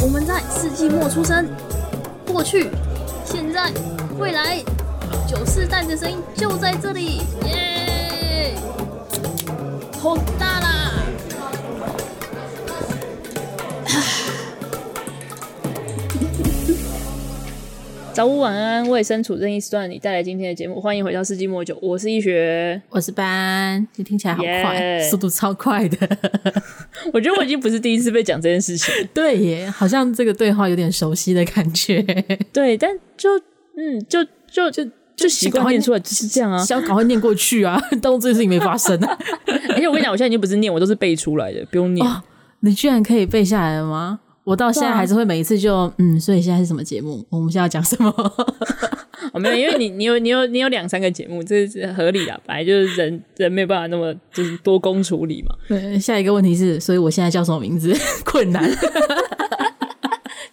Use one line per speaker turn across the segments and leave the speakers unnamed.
我们在世纪末出生，过去、现在、未来，九世代的声音就在这里，耶！好大啦！早午晚安，为身处任意时段的你带来今天的节目，欢迎回到世纪末九，我是易学。
我是班，这听起来好快
Yeah
速度超快的。
我觉得我已经不是第一次被讲这件事情了，
对耶，好像这个对话有点熟悉的感觉。
对，但就嗯，就就就
就
就习惯念出来就是这样 啊。
想要赶快念过去啊， 当这件事情没发生 啊。
而哎且我跟你讲，我现在已经不是念，我都是背出来的，不用 念。
哦你居然可以背下来了吗？我到现在
对啊
还是会每一次就嗯，所以现在是什么节目？我们现在要讲什么？
哦，没有，因为你你有你有你有两三个节目，这是合理啊，本来就是人人没有办法那么就是多工处理嘛，
对，下一个问题是，所以我现在叫什么名字？ 困难。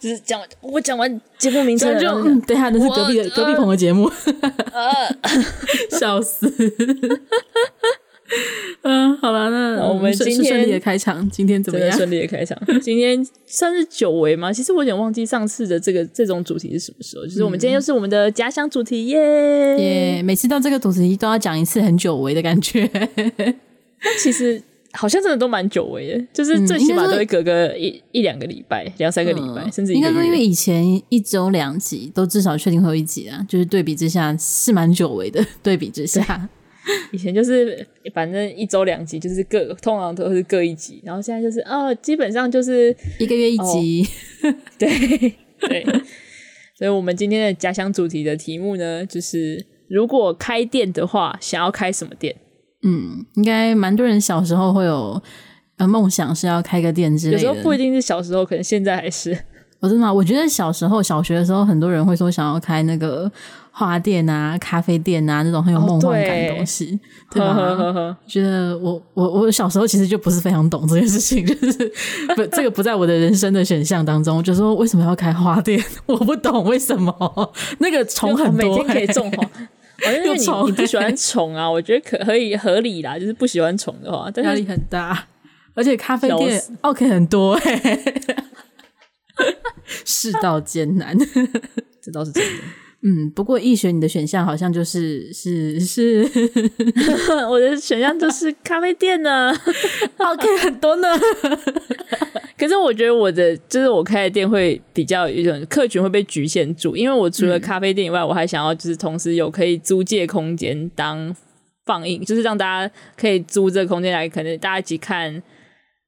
就是讲我讲完节目名称了
就
然后就
嗯，对啊，那是隔壁的
我呃
隔壁棚的节目， 笑死。嗯，好了，那
好我们
顺
今天
顺利的开场，今天怎么
真的
样？
顺利的开场。今天算是久违吗？其实我有点忘记上次的这个这种主题是什么时候，就是我们今天又是我们的家乡主题耶。
嗯耶！每次到这个主题都要讲一次很久违的感觉，
其实好像真的都蛮久违的，
嗯
就是最起码都会隔个一一两个礼拜、两三个礼拜，甚至一
嗯应
个
该说，因为
月。
以前一周两集都至少确定会有一集啊，就是对比之下是蛮久违的。对比之下，
以前就是反正一周两集，就是各通常都是各一集，然后现在就是哦，基本上 就是
一个月一集，
哦对对。所以我们今天的家乡主题的题目呢，就是如果开店的话，想要开什么店？
嗯，应该蛮多人小时候会有呃梦想是要开个店之
有
类
时候不一
的。
定是小时候，可能现在还是。
我哦真的吗，我觉得小时候小学的时候，很多人会说想要开那个花店啊、咖啡店啊那种很有
哦
梦幻感
对
的东西， 对啊
呵
吧？
呵呵呵，
觉得我我我小时候其实就不是非常懂这件事情， 就是不这个不在我的人生的选项当中。我就说为什么要开花店？ 我不懂为什么那个虫
就
很
每
多、欸
天可以种 花。哦，因为
又
你
虫
你不喜欢虫 啊，我觉得可可以合理啦，就是不喜欢虫的话，但
压
是
力很大， 而且咖啡
笑
店 OK 很多哎、 世道艰难。
这倒是真的。
嗯，不过易学你的选项好像就是是是
我的选项就是咖啡店呢，
OK 很多呢。
可是我觉得我的就是我开的店会比较有一种客群会被局限住，因为我除了咖啡店以外，我还想要就是同时有可以租借空间当放映，就是让大家可以租这个空间来，可能大家一起看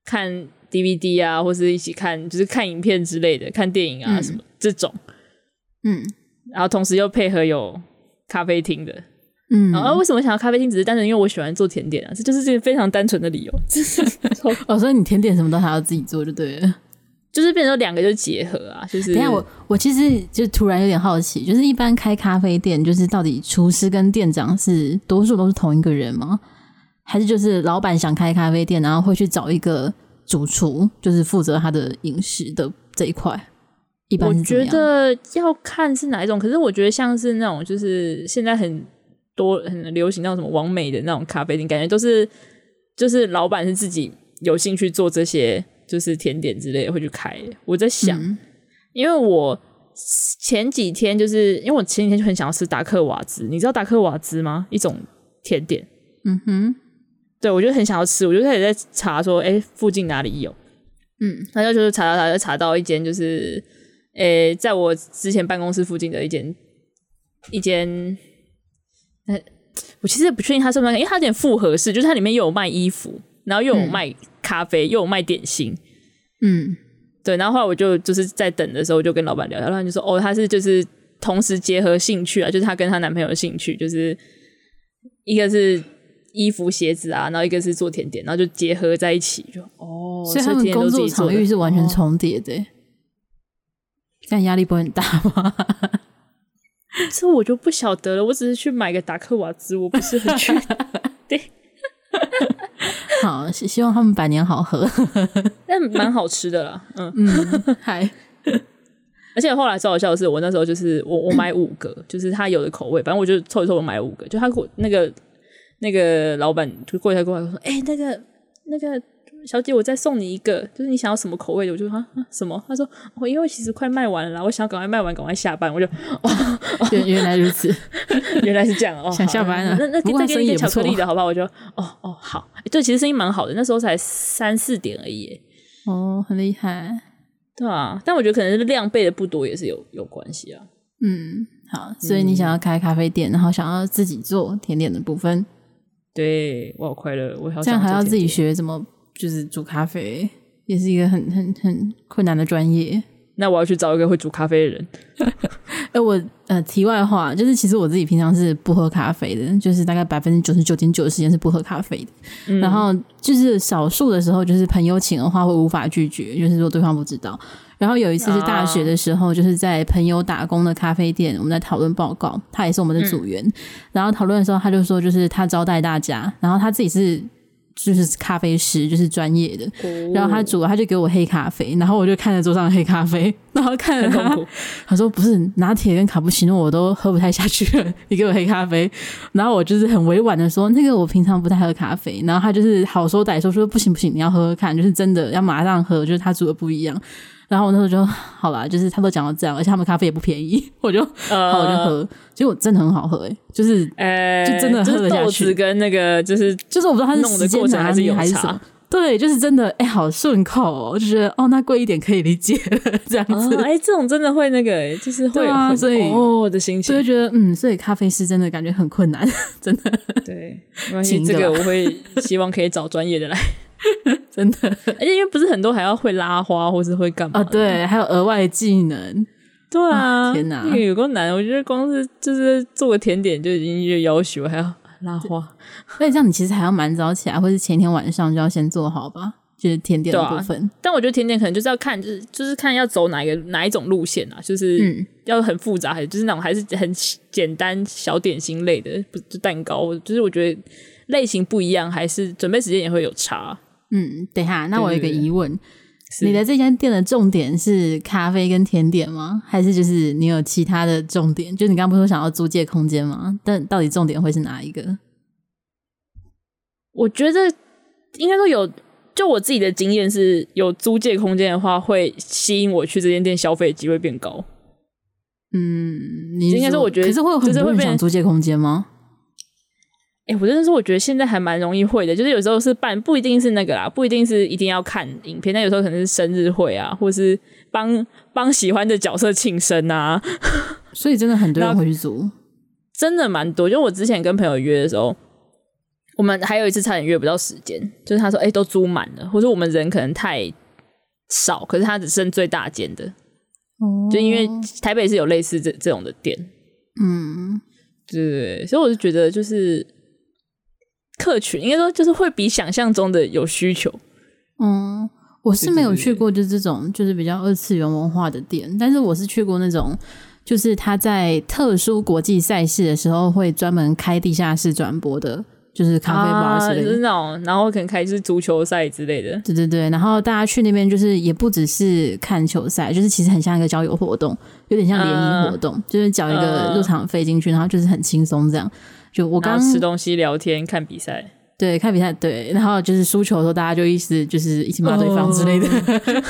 看 DVD 啊，或是一起看就是看影片之类的，看电影啊什么、这种，
嗯
然后同时又配合有咖啡厅的，
嗯，
然后啊为什么想要咖啡厅？只是单纯因为我喜欢做甜点啊，这就是这个非常单纯的理由。
哦，所以你甜点什么都还要自己做就对了。
就是变成说两个就结合啊，就是
等一下我我其实就突然有点好奇，就是一般开咖啡店，就是到底厨师跟店长是多数都是同一个人吗？还是就是老板想开咖啡店，然后会去找一个主厨，就是负责他的饮食的这一块？一般
我
是怎么
觉
样
得要看是哪一种，可是我觉得像是那种就是现在很多很流行那种什么完美的那种咖啡厅，感觉都是就是老板是自己有兴趣做这些就是甜点之类的会去开。我在想，
嗯
因为我前几天就是因为我前几天就很想要吃达克瓦兹，你知道达克瓦兹吗？一种甜点。
嗯哼，
对，我就很想要吃，我就开始在查说，哎、附近哪里有？
嗯，
然后就是查查查，就查到一间就是，诶、在我之前办公室附近的一间一间，呃，我其实也不确定它算不算，因为它有点复合式，就是它里面又有卖衣服，然后又有卖咖啡，又有卖点心。
嗯
对，然后后来我就就是在等的时候，我就跟老板聊聊，然后他就说，哦，他是就是同时结合兴趣啊，就是她跟她男朋友的兴趣，就是一个是衣服、鞋子啊，然后一个是做甜点，然后就结合在一起，就哦，
所以他
甜
们
点都
工
自己
作
做
场
的哦
域是完全重叠的、欸，这样压力不会很大 吗？
这我就不晓得了，我只是去买个达克瓦兹，我不是很确定。
好，希希望他们百年好合。
但蛮好吃的啦，嗯。
嗯，嗨，
而且后来最好笑的是，我那时候就是我我买五个，就是他有的口味，反正我就凑一凑，我买五个。就他给我那个那个老板就过来过来跟我说：“哎、那个那个小姐，我再送你一个，就是你想要什么口味的？”我就说：“啊，什么？”他说：“我、因为其实快卖完了啦，我想要赶快卖完，赶快下班。”我就
原原来如 此，
原来是这样 哦，
想
好
下班了
那那
不过
再给
生
你
意
一
也
点
不
巧克力
错
的好吧？我就哦哦好，欸对，其实生意蛮好的，那时候才三四点而已耶，
哦，很厉害。
对啊，但我觉得可能是量备的不多也是有有关系啊。
嗯，好，所以你想要开咖啡
嗯
店，然后想要自己做甜点的部分，
对我好快乐，我好
这
想
样还要
做甜
自己
点。
学怎么就是煮咖啡，也是一个很很很困难的专业。
那我要去找一个会煮咖啡的人。
哎，我呃，题外话就是，其实我自己平常是不喝咖啡的，就是大概百分之九十九点九的时间是不喝咖啡的。
嗯
然后就是少数的时候，就是朋友请的话会无法拒绝，就是说对方不知道。然后有一次是
啊
大学的时候，就是在朋友打工的咖啡店，我们在讨论报告，他也是我
嗯
们的组员。然后讨论的时候，他就说就是他招待大家，然后他自己是就是咖啡师，就是专业的。然后
哦
他煮，他就给我黑咖啡，然后我就看着桌上的黑咖啡，然后看着
很痛
他
苦，
他说不是拿铁跟卡布奇诺我都喝不太下去了，你给我黑咖啡。 然后我就是很委婉的说，那个我平常不太喝咖啡。然后他就是好说歹说说不行不行，你要喝喝看，就是真的要马上喝，就是他煮的不一样。然后我那时候就好啦，就是 他都讲到这样，而且他们咖啡也不便宜，我就
呃
好我就喝，结果真的很好喝诶、欸就是
呃，
就真的喝
就是
得下
豆
去
子跟那个就是
就是我不知道他是
弄的
时间
过程
拿
还是
捏
有
还是
差
什么。对，就是真的，哎、好顺口哦，就觉得哦，那贵一点可以理解了，这样
哦
子。
哎、这种真的会那个、哎就是会
啊对啊
很
所以
哦的心
所以
情
就。觉得，嗯，所以咖啡师真的感觉很困难，真的，
对，没关系，
请一
这
个
个
吧
我会希望可以找专业的来。
真的
而且因为不是很多还要会拉花或是会干嘛
啊、
的
对，还有额外的技能，
对啊，
天哪
那个有够难。我觉得光是就是做个甜点就已经就要求，还要拉花，
所以这样你其实还要蛮早起来，或是前一天晚上就要先做好吧，就是甜点的
对啊
部分。
但我觉得甜点可能就是要看，就是就是看要走哪一个哪一种路线啊，就是
嗯，
要很复杂，还是就是那种还是很简单小点心类的，不就蛋糕，就是我觉得类型不一样，还是准备时间也会有差。
嗯，等一下，那我有一个
对对对
疑问，
是
你的这间店的重点是咖啡跟甜点吗？还是就是你有其他的重点？就你刚刚不是说想要租借空间吗？但到底重点会是哪一个？
我觉得应该说有，就我自己的经验是，有租借空间的话，会吸引我去这间店消费的机会变高。
嗯，你是
应该是我觉得
可是会有很
就是
多
会
人
变
想租借空间吗？
哎、我真的是我觉得现在还蛮容易会的，就是有时候是办不一定是那个啦，不一定是一定要看影片，但有时候可能是生日会啊，或是帮帮喜欢的角色庆生啊，
所以真的很多人
那
会去租。
真的蛮多。就我之前跟朋友约的时候，我们还有一次差点约不到时间，就是他说哎、都租满了，或者我们人可能太少，可是他只剩最大间的，
哦
就因为台北是有类似这这种的店，
嗯，
对对对，所以我就觉得就是客群应该说就是会比想象中的有需求。
嗯，我是没有
对对
去过，就这种就是比较二次元文化的店，但是我是去过那种，就是他在特殊国际赛事的时候会专门开地下室转播的，就是咖啡吧之
啊，
类
就
的。
是那种，然后可能开就是足球赛之类的。
对对对，然后大家去那边就是也不只是看球赛，就是其实很像一个交友活动，有点像联谊活动，就是缴一个
嗯
入场费进去，然后就是很轻松这样。就我
然
刚
后吃东西、聊天、看比赛，
对，看比赛对，然后就是输球的时候，大家就一直就是一起骂对方之类的。
哦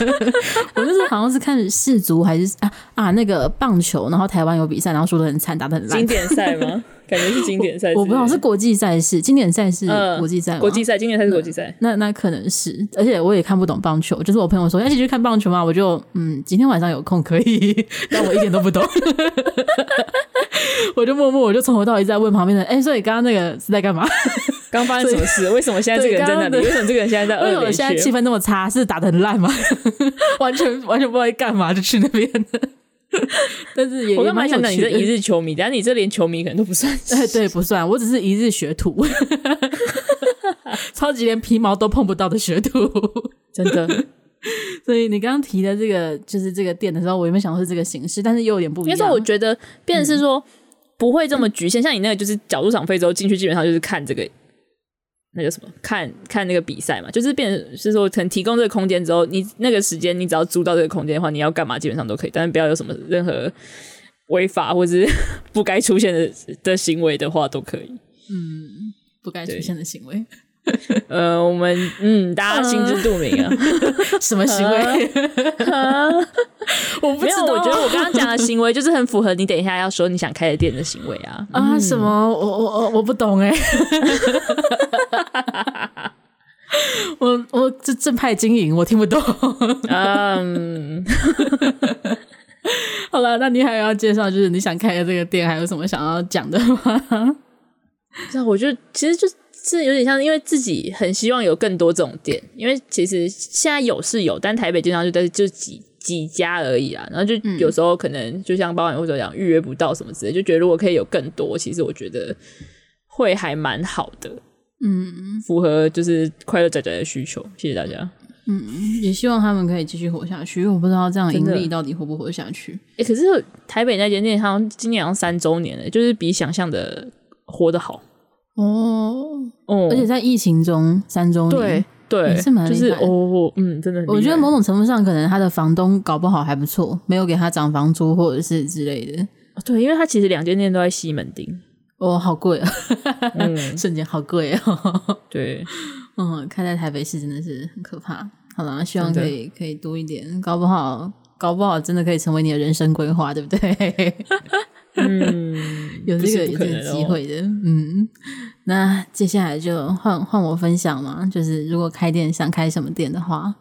我那时候好像是看世足还是啊啊那个棒球，然后台湾有比赛，然后输的很惨，打的很烂
经。典赛吗？感觉是经典赛之类的。
我不知道是国际赛事，经典赛事、
嗯
国际赛吗
国际赛，经典赛是国际赛。
那那可能是，而且我也看不懂棒球，就是我朋友说要一起去看棒球嘛，我就嗯，今天晚上有空可以，但我一点都不懂， 我就默默我就从头到尾在问旁边的，哎、所以刚刚那个是在干嘛？
刚发生什么事？为什么现在这个人在那里？
对刚刚的
为什么这个人现在在二
为什么
连
现在气
学？
氛那么差？是打的很烂吗？ 完全 完全不知道在干嘛，就去那边。 但是也
我
也
刚
蛮
蛮
有
想讲你
趣
这
的。
一日球迷，但你这连球迷可能都不算。
哎， 对，不算，我只是一日学徒， 超级连皮毛都碰不到的学徒。
真的。
所以你刚刚提的这个，就是这个店的时候，我原本想说是这个形式，但是又有点不
应
一
该
样。
说，我觉得变成是说不会这么局限，像你那个就是角入场费之后进去，基本上就是看这个那叫什么，看看那个比赛嘛，就是变成是说可能提供这个空间之后，你那个时间你只要租到这个空间的话，你要干嘛基本上都可以，但是不要有什么任何违法或者是 不该出现的的行为的话都可以。
不该出现的行为。
呃，我们嗯，大家心知肚 明啊。
什么行 为？ 我不
没
知
有，
道
我
啊，
觉得我刚刚讲的行为就是很符合你等一下要说你想开的店的行为 啊。
啊，什么？我我我我不懂 哎、我我这正派经营我听不懂。
嗯，
好了，那你还要介绍，就是你想开的这个店，还有什么想要讲的吗？
那我就其实就是有点像，因为自己很希望有更多这种店，因为其实现在有是有，但台北经常就在就几几家而已啊。然后就
嗯
有时候可能就像包含或者讲预约不到什么之类，就觉得如果可以有更多，其实我觉得会还蛮好的，
嗯
符合就是快乐仔仔的需求。谢谢大家。
嗯， 也希望他们可以继续活下去，因为我不知道这样盈
真的
利到底活不活下去。
哎、可是台北那间店好像今年好像三周年了，就是比想象的活得好。
哦，
哦、
而且在疫情中三周年，
对对，
也是蛮
就是
厉害的
哦，我嗯，真的很厉害，
我觉得某种程度上，可能他的房东搞不好还不错，没有给他涨房租或者是之类的。
哦对，因为它其实两间店都在西门町。
哦，好贵啊！
嗯，
瞬间好贵哦。
对，
嗯，开在台北市真的是很可怕。好啦，希望
真
可
的
以可以多一点，搞不好搞不好真的可以成为你的人生规划，对不对？
嗯，
有
不
这
是
个
不
有
可
这个
能
机
哦
会的，嗯。那接下来就换换我分享嘛，就是如果开店想开什么店的话，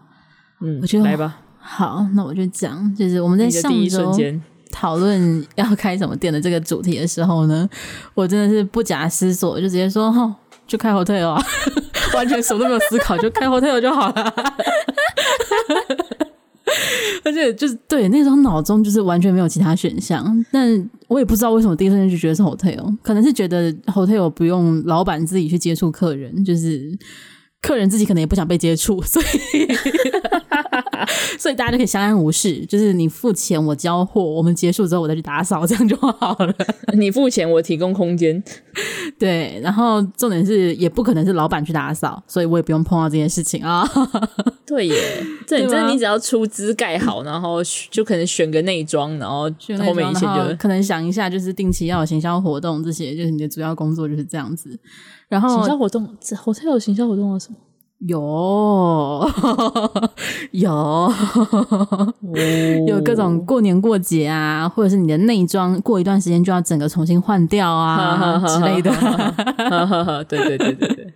嗯，
我觉得
来吧，
好，那我就讲，就是我们在
你的
上
第一瞬
周
间，
讨论要开什么店的这个主题的时候呢，我真的是不假思索，就直接说，哦、就开 hotel 啊， 完全什么都没有思考，就开 hotel 就好了。 而且就是对那时候脑中就是完全没有其他选项，但我也不知道为什么第一瞬间就觉得是 hotel，可能是觉得 hotel 不用老板自己去接触客人，就是客人自己可能也不想被接触，所以所以大家就可以相安无事，就是你付钱我交货，我们结束之后我再去打扫，这样就好了。
你付钱，我提供空间，
对，然后重点是也不可能是老板去打扫，所以我也不用碰到这件事情啊。
对耶，这你
对
真的
吗
你只要出资盖好，然后就可能选个内装，然后后面一切
然后
就
可能想一下，就是定期要有行销活动，这些就是你的主要工作就是这样子。然后
行销活动，这 hotel 有行销活动啊什么？
有有 有各种过年过节啊，或者是你的内装过一段时间就要整个重新换掉啊之类的。
哦的，对对对对 对，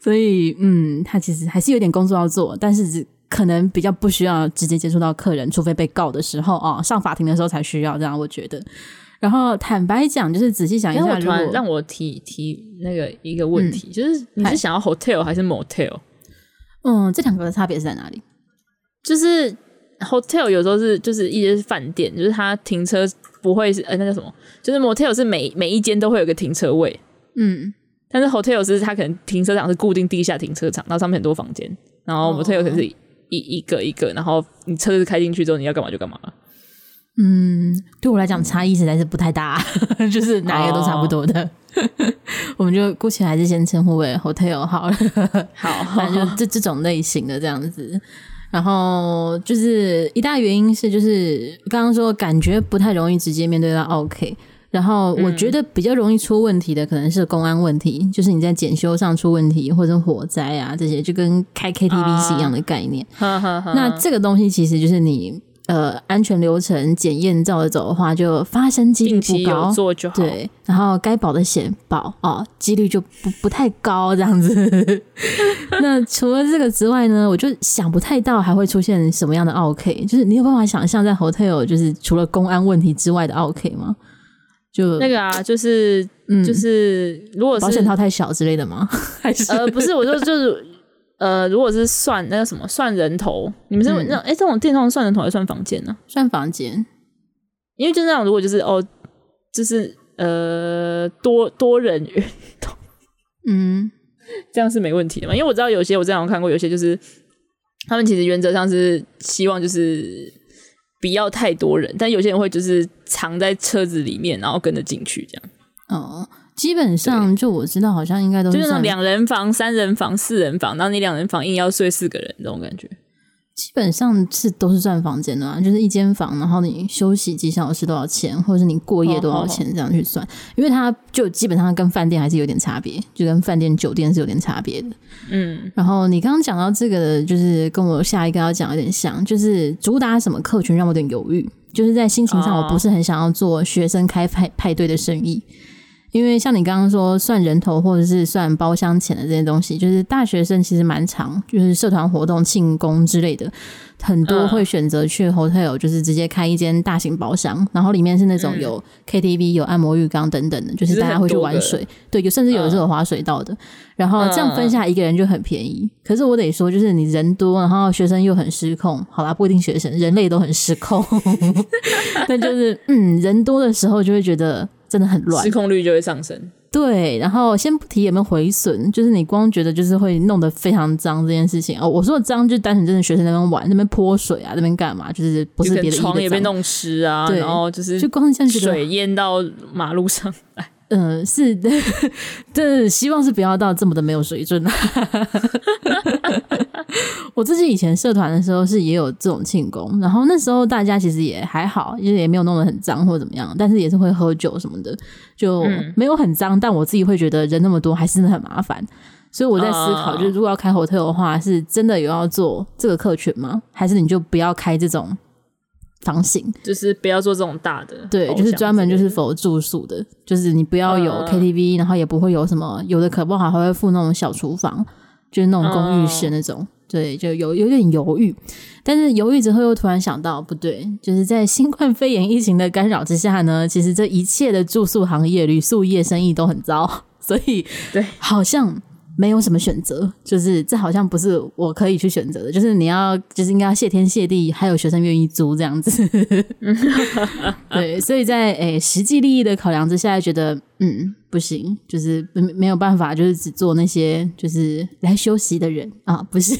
所以，嗯，他其实还是有点工作要做，但是只可能比较不需要直接接触到客人，除非被告的时候啊、哦，上法庭的时候才需要这样，我觉得。然后坦白讲，就是仔细想一
然后
下，
我
如
突然
果
让我提提那个一个问题，就是你是想要 hotel 还是 motel？
嗯，这两个的差别是在哪里？
就是 hotel 有时候是就是一些饭店，就是它停车不会是呃那叫什么，就是 motel 是每每一间都会有个停车位，
嗯，
但是 hotel 是它可能停车场是固定地下停车场，然后上面很多房间，然后
哦
motel 可能是一、一个一个，然后你车子开进去之后你要干嘛就干嘛了。
嗯，对我来讲差异实在是不太大， 就是哪一个都差不多的。
哦
我们就姑且还是先称呼为 hotel 好了，
好
反正就这这种类型的这样子。然后就是一大原因是，就是刚刚说感觉不太容易直接面对到 OK。然后我
嗯
觉得比较容易出问题的可能是公安问题，就是你在检修上出问题，或者火灾啊这些，就跟开 KTV 是
啊
一样的概念。
哈哈哈，
那这个东西其实就是你呃安全流程检验照着走的话，就发生几率
定期
不高
有。做就好。
对，然后该保的险保哦，几率就不不太高这样 子。那除了这个之外呢，我就想不太到还会出现什么样的 OK，就是你有办法想象在 hotel 就是除了公安问题之外的 OK 吗？就
那个啊，就是
嗯，
就是，如果是
保险套太小之类的吗？还是
呃，不是，我说就是呃，如果是算那个什么算人头，你们是
嗯
那哎、这种电商算人头还是算房间呢、
算房间？
因为就是那种如果就是哦，就是呃多多人运动，
嗯
这样是没问题的嘛。因为我知道有些我之前有看过，有些就是他们其实原则上是希望就是不要太多人，但有些人会就是藏在车子里面，然后跟着进去这样。
哦，基本上就我知道，好像应该都
就是是那种
算
两人房、三人房、四人房，然后你两人房硬要睡四个人这种感觉。
基本上是都是算房间的啊，就是一间房，然后你休息几小时多少钱，或者是你过夜多少钱这样去算，因为它就基本上跟饭店还是有点差别，就跟饭店酒店是有点差别的。
嗯，
然后你刚刚讲到这个，就是跟我下一个要讲有点像，就是主打什么客群让我有点犹豫，就是在心情上
哦
我不是很想要做学生开派派对的生意，因为像你刚刚说算人头或者是算包厢钱的这些东西，就是大学生其实蛮长，就是社团活动、庆功之类的，很多
嗯
会选择去 hotel，就是直接开一间大型包厢，然后里面是那种有 KTV、有按摩浴缸等等的，就
就是是
大家会去
很多
玩
个
水，对，有甚至有的是有滑水道的。然后这样
嗯
分下来一个人就很便宜。可是我得说，就是你人多，然后学生又很失控。好啦，不一定学生，人类都很失 控。但就是嗯，人多的时候就会觉得真的很乱
失。控率就会上升。
对，然后先不提有没有毁损，就是你光觉得就是会弄得非常脏这件事情哦。我说的脏就单纯真的学生在那边玩，那边泼水啊，那边干嘛，就是不
就是可
别
能
的
床也
意的
被
脏，
弄湿啊，
对
然后就是
就光这样觉得
水淹到马路 上。
嗯，是 的，对，希望是不要到这么的没有水准。啊我自己以前社团的时候是也有这种庆功，然后那时候大家其实也还好，就是也没有弄得很脏或怎么样，但是也是会喝酒什么的，就没有很脏。但我自己会觉得人那么多还是真的很麻烦，所以我在思考，
啊
就是如果要开 hotel 的话，是真的有要做这个客群吗？还是你就不要开这种房型？
就是不要做这种大的包厢之类
对，
的，
就是专门就是否住宿的，就是你不要有
嗯
KTV，、然后也不会有什么，有的可不好还会附那种小厨房，就是那种公寓
嗯
式那种。对，就有有点犹豫，但是犹豫之后又突然想到，不对，就是在新冠肺炎疫情的干扰之下呢，其实这一切的住宿行业、旅宿业生意都很糟， 所以
对，
好像没有什么选择，就是这好像不是我可以去选择的，就是你要就是应该要谢天谢地，还有学生愿意租这样子。对，所以在诶、实际利益的考量之下，觉得嗯不行，就是没没有办法，就是只做那些就是来休息的人啊，不行。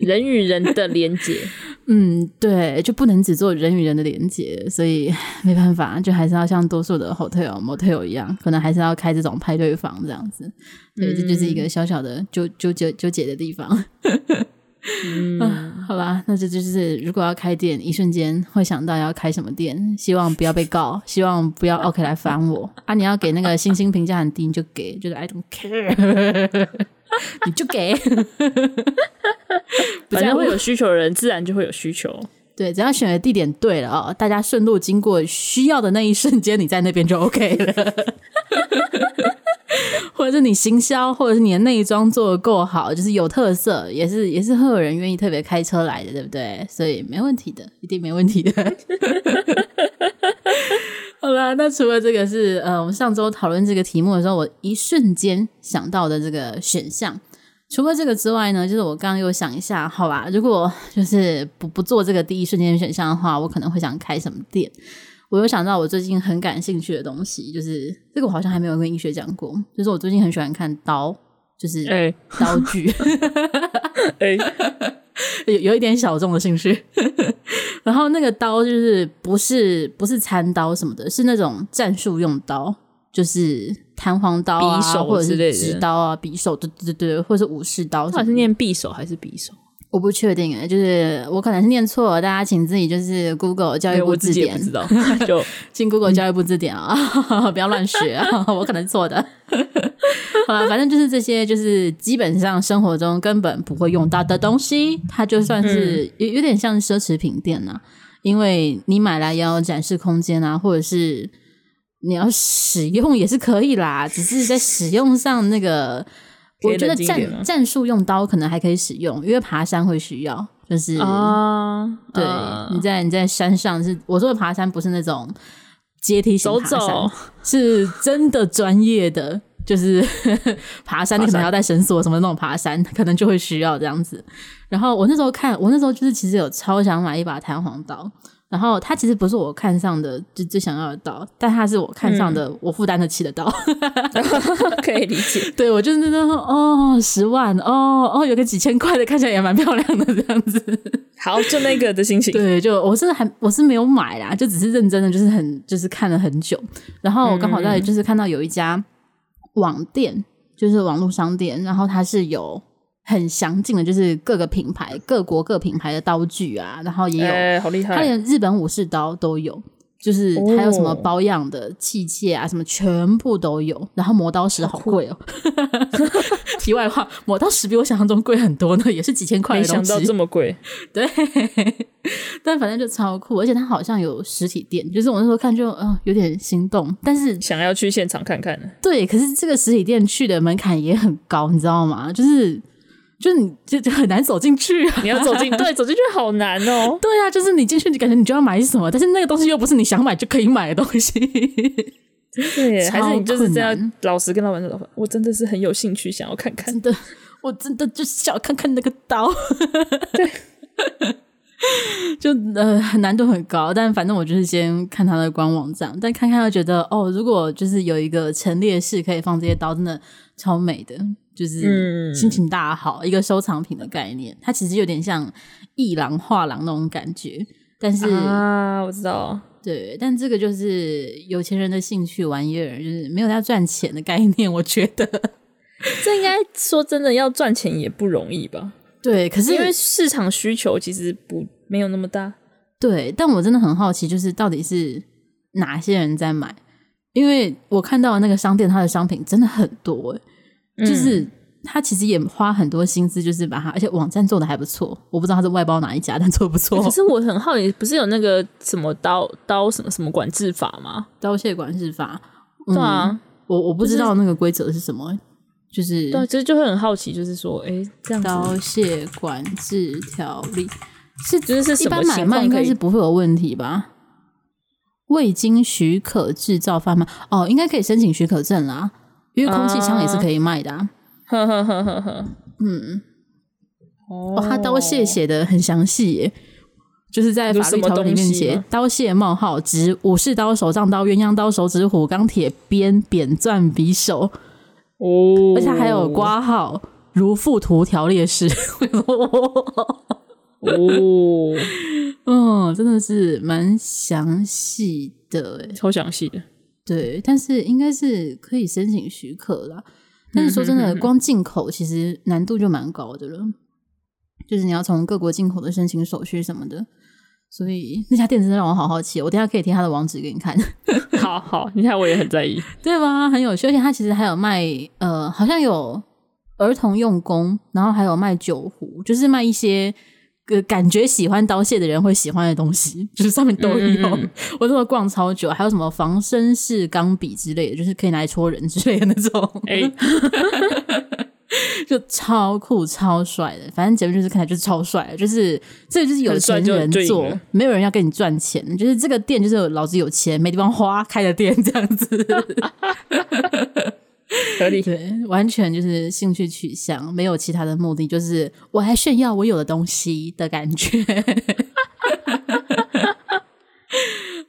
人与人的连 接。
嗯，对，就不能只做人与人的连接，所以 没办法，就还是要像多数的 hotel、motel 一样，可能还是要开这种派对房这样子。对，这就是一个小小的纠纠结纠结的地方。 啊
嗯，
好吧，那这就是如果要开店，一瞬间会想到要开什么店，希望不要被告，希望不要 OK 来烦我啊！你要给那个星星评价很低，你就给，就是 I don't care，你 就给， 不
反
在
正
乎
会有需求的人，自然就会有需求。
对，只要选的地点对了哦，大家顺路经过需要的那一瞬间，你在那边就 OK 了。或者是你行销，或者是你的内装做的够好，就是有特色，也是也是会有人愿意特别开车来的，对不对？所以没问题的，一定没问题的。好啦，那除了这个是呃，我们上周讨论这个题目的时候，我一瞬间想到的这个选项。除了这个之外呢，就是我刚刚又想一下，好吧，如果就是不不做这个第一瞬间选项的话，我可能会想开什么店。我又想到我最近很感兴趣的东西，就是这个我好像还没有跟医学讲过，就是我最近很喜欢看刀，就是
哎
刀具。
哎，
有有一点小众的兴趣。 然后那个刀就是不是不是餐刀什么的，是那种战术用刀，就是弹簧刀啊，
匕首
或者
之类
是
的
直刀啊，匕首，对对对对，或者是武士刀什
到
么
底是
的。
念匕首还是匕首？
我不确定哎，就是我可能是念错了，大家请自己就是 Google 教育
哎，
部
我自
字
己也
典
不，知道。 就
进
嗯
Google 教育部字典啊、 不要乱学啊，我可能错的。 好了，反正就是这些，就是基本上生活中根本不会用到的东西，它就算是、
嗯
有有点像奢侈品店呐、因为你买来也要有展示空间啊，或者是你要使用也是可 以啦，只是在使用上那个，
可以
我觉得
冷静一点啊吗
战战术用刀可能还可以使用，因为爬山会需要，就是
啊，
对，
啊
你在你在山上是，我说的爬山不是那种阶梯型
走
爬山，
走，
是真的专业的，就是 爬山，你可
爬
能
山
要带绳索什么那种爬山，可能就会需要这样子。然后我那时候看，我那时候就是其实有超想买一把弹簧刀，然后它其实不是我看上的最最想要的刀，但它是我看上
嗯
的、我负担得起的刀。
可以理解。
对我就是那种哦，十万哦哦，有个几千块的，看起来也蛮漂亮的这样子。
好，就那个的心情。
对，就我是还我是没有买啦，就只是认真的，就是很就是看了很久，然后我刚好
嗯
在就是看到有一家网店，就是网络商店，然后它是有很详尽的，就是各个品牌、各国各品牌的刀具啊，然后也有、
哎，好厉
他
害！
连日本武士刀都有，就是还有什么
哦
保养的器械啊，什么全部都有。然后磨刀石好贵哦。 题外话，磨刀石比我想象中贵很多呢，也是几千块
没
的东
想
西
到。这么贵，
对，但反正就超酷，而且它好像有实体店，就是我那时候看就嗯、呃有点心动，但是
想要去现场看 看。
对，可是这个实体店去的门槛也很高，你知道吗？就是就是你就就很难走进去啊。
你要走进对走进去好难哦。
对啊，就是你进去，你感觉你就要买什么，但是那个东西又不是你想买就可以买的东西。
对耶，
超
还是你就是这
困
样老实跟老板说，老板，我真的是很有兴趣，想要看看。
真的，我真的就是想要看看那个刀。对， 就呃难度很高，但反正我就是先看他的官网站，但看看又觉得哦，如果就是有一个陈列室可以放这些刀，真的超美的，就是
嗯
心情大好，一个收藏品的概念。它其实有点像艺廊画廊那种感觉，但是、
啊，我知道，
对，但这个就是有钱人的兴趣玩意儿，就是没有要赚钱的概念，我觉得。
这应该说真的要赚钱也不容易吧？
对，可是
因为市场需求其实不没有那么大。
对，但我真的很好奇，就是到底是哪些人在买？因为我看到的那个商店，它的商品真的很多、欸，
嗯
就是它其实也花很多心思，就是把它，而且网站做的还不错。我不知道它是外包哪一家，但做的不
可
错。
是我很好奇，不是有那个什么刀刀什么什么管制法吗？
刀械管制法，嗯
对啊，
我我不
就
知
是
道那个规则是什么欸、就是
对啊，其实就会很好奇，就是说，哎，这样
刀
子
械管制条例是
就是是
一
什么
般买
情
卖
况
应
可
该是
以？
不会有问题吧？未经许可制造贩卖，哦，应该可以申请许可证啦，因为空气枪也是可以卖的、啊。
呵呵呵呵呵。
嗯，
哦
哦，他刀械写的很详细耶，就是在法律条文里面
有什么东西
写
吗
刀械冒号指武士刀、手杖刀、鸳鸯刀、手指虎、钢铁鞭、扁钻匕首，
哦，
而且还有挂号如附图条列式。
哦，
嗯，真的是蛮详细的耶
超详细的。
对，但是应该是可以申请许可啦。但是说真的，光进口其实难度就蛮高的了，就是你要从各国进口的申请手续什么的。所以那家店真的让我好好奇，我等一下可以贴他的网址给你看，
好好，你看我也很在 意。
对吧？很有趣，而且他其实还有卖呃，好像有儿童用弓，然后还有卖酒壶，就是卖一些呃感觉喜欢刀械的人会喜欢的东西， 就是上面都有。
嗯嗯嗯
我这么逛超久，还有什么防身式钢笔之类的，就是可以拿来戳人之类的那种，
哎，
就超酷超帅的。反正结论就是看起来就是超帅的，就是这个就是有钱人
很帅就就
做
赢了，
没有人要跟你赚钱，就是这个店就是老子有钱没地方花开的店这样子。
合理。
对，完全就是兴趣取向，没有其他的目的，就是我还炫耀我有的东西的感觉。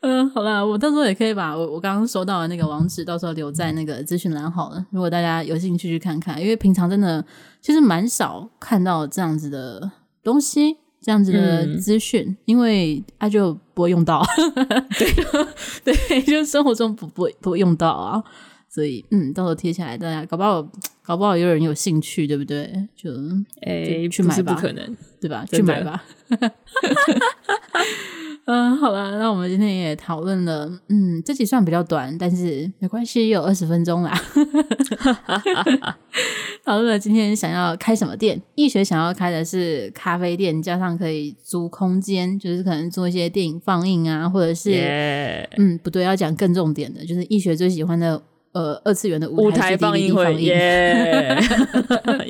嗯，好啦，我到时候也可以把我我刚刚收到的那个网址，到时候留在那个资讯栏好了。如果大家有兴趣去看看，因为平常真的其实蛮少看到这样子的东西，这样子的
嗯
资讯，因为它就不会用到。对 对，就是生活中不不会不会用到啊。所以嗯，到时候贴下来，大家搞不好搞不好有人有兴趣，对不对？就
哎，
去
不
买
是
吧
不可能。
对吧？去
真的
买吧。 嗯，好啦，那我们今天也讨论了，嗯，这集算比较短，但是没关系，也有二十分钟啦。讨论了今天想要开什么店，易学想要开的是咖啡店，加上可以租空间，就是可能做一些电影放映啊，或 者是
耶，
嗯，不对，要讲更重点的，就是易学最喜欢的呃二次元的
舞
台
台
CD 放
放映会，耶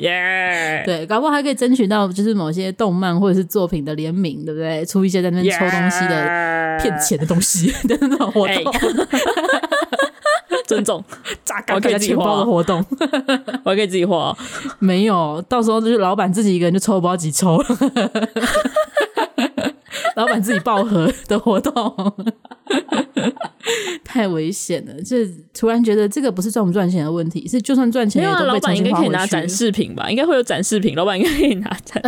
耶，
对，搞不好还可以争取到就是某些动漫或者是作品的联名，对不对？出一些在那边抽东西的
的
骗钱的东西 的那种活
哎
动，
尊重，
榨
我
干
可
大
以
家
自己
钱包
画
的
哦
活动。
我还可以自己画哦。
没有，到时候就是老板自己一个人就抽不知道 几抽，老板自己爆盒的活动， 太危险了。这突然觉得这个不是赚不赚钱的问题，是就算赚钱
没
也
有啊，
都
老
被重
板应
新
该
花
可
回
以
去
拿展示品吧？应该会有展示品，老板应该可以拿 展，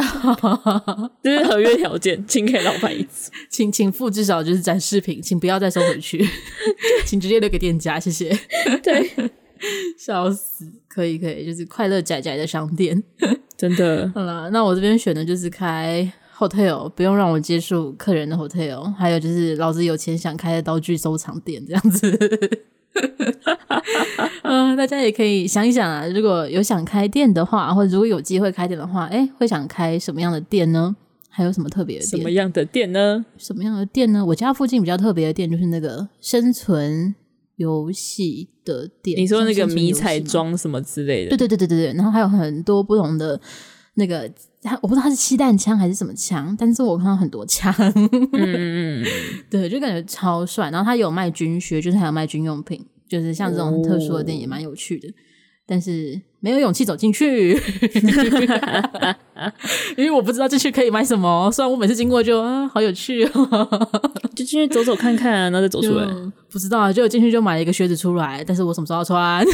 这是合约条件，请给老板一次。
请请付至少就是展示品，请不要再收 回去，请直接留给店家，谢谢。
对，
笑死，可以可以，就是快乐仔仔的商店。
真的
好啦，那我这边选的就是开 hotel，不用让我接触客人的 hotel，还有就是老子有钱想开的道具收藏店这样子。 嗯、大家也可以想一想啊，如果有想开店的话，或者如果有机会开店的话，哎、会想开什么样的店呢？还有什么特别的
什
店？
么样的店呢？
什么样的店呢？我家附近比较特别的店就是那个生存游戏的店。
你说那个
像生存游
迷
戏吗
彩妆什么之类
对
的，
对对对对对，然后还有很多不同的那个，它我不知道它是气弹枪还是什么枪，但是我看到很多枪，
嗯嗯嗯，
对，就感觉超帅。然后它有卖军靴，就是还有卖军用品，就是像这种很特殊的店也蛮有趣的。但是没有勇气走 进去， 因为我不知道进去可以买什么。虽然我每次经过就啊，好有趣哦，
就进去走走看看啊，然后再走出来。
就不知道啊，就进去就买了一个靴子出来，但是我什么时候要穿？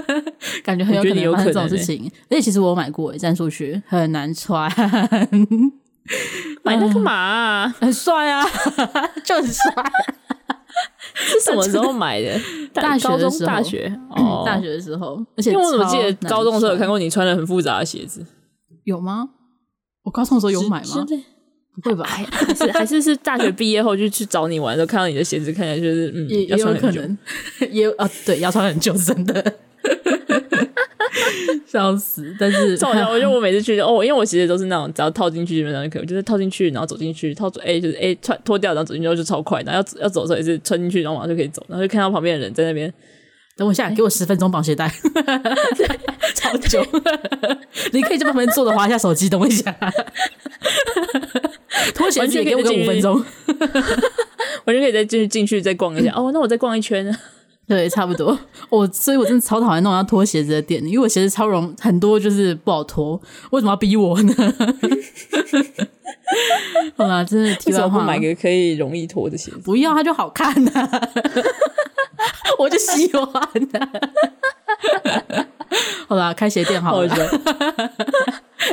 感觉很有可能发生这种事情。而且其实我有买过欸战术靴，很难穿，
买那干嘛啊？
很帅啊， 就很帅。
是什么时候买 的？
大学
高
的
中
时候
大学哦，
大。学的时候，而且
因为我怎么记
超
得
难
高中的时候有看
穿
过你穿的很复杂的鞋子？
有吗？我高中的时候有买
是哎
吗？？不会吧？
还还是还是是大学毕业后就去找你玩的时候，看到你的鞋子，看起来就是嗯，
也
要
也有
穿很
可
久。
能， 也有啊，对，要穿很久，真的，, 笑死！但是
照样，我觉得我每次去就哦，因为我鞋子都是那种只要套进去基本上就可以，我就是套进去，然后走进去，套走 A 就是 A 穿脱掉，然后走进去就超快，然后要走要走的时候也是穿进去，然后马上就可以走，然后就看到旁边的人在那边
等我一下，给我十分钟绑鞋 带，超久。你可以在旁边坐着滑一下手机，等我一 下。拖鞋子也给我个五分钟，
我就可以再进去进去再逛一下。哦，那我再逛一圈，
对，差不多。我所以，我真的超讨厌那种要脱鞋子的店，因为我鞋子超容很多，就是不好脱。为什么要逼我呢？ 好啦，真的题
为什
外
么不
话，
买个可以容易脱的鞋子？
不要它就好看呐、 我就喜欢呐、 好啦，开鞋店好
我
了
觉，得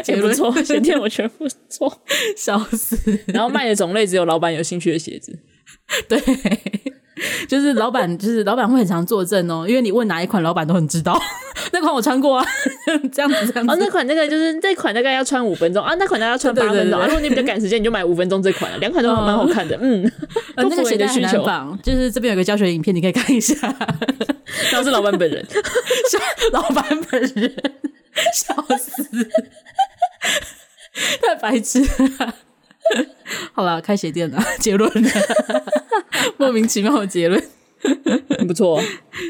也不错，鞋店我觉得不错。
笑死。
然后卖的种类只有老板有兴趣的鞋子，
对，就是老板，就是老板会很常作证哦，因为你问哪一款，老板都很知道。 那款我穿过啊，这样子这样子。
哦，那款那个就是这款大概要穿五分钟啊，那款大概要穿八
对对
分
对
钟。
对
啊如果你比较赶时间，你就买五分钟这款了，两款都蛮好看的。嗯，
呃
都
那
符
个
合
鞋
你的
带
需
很难
求，
绑，就是这边有个教学影片，你可以看一下。
然后是老板本 人，
老板本人，笑死，太白痴了。 好了，开鞋店了， 结论，莫名其妙的结论。
很不错。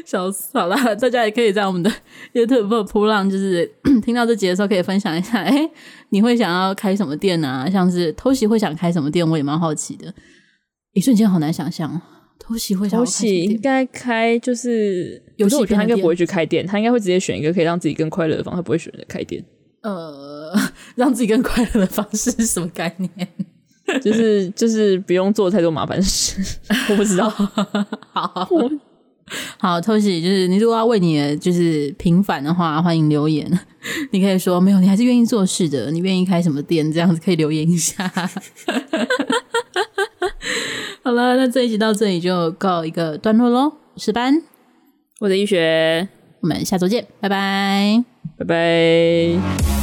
笑死！好啦，大家也可以在我们的 YouTube 扑浪，就是 听到这集的时候，可以分享一下，哎、你会想要开什么店啊？像是偷袭会想开什么店，我也蛮好奇的。一瞬间好难想象哦，偷袭会 想要
偷
开什么
喜应
店？
该开就是，
游
有
戏
时候我觉得
片的
他应该
店
不会去开店，他应该会直接选一个可以让自己更快乐的方式，他不会选择开店。
呃， 让自己更快乐的方式是什么概念？
就是 就是不用做太多麻烦事， 我不知 道。
好 好，偷袭就是你如果要为你的就是平反的话，欢迎留言。你可以说没有，你还是愿意做事的，你愿意开什么店，这样子可以留言一下。 好了，那这一集到这里就告一个段落喽。我是班，
我的医学，
我们下周见，拜拜。
拜拜。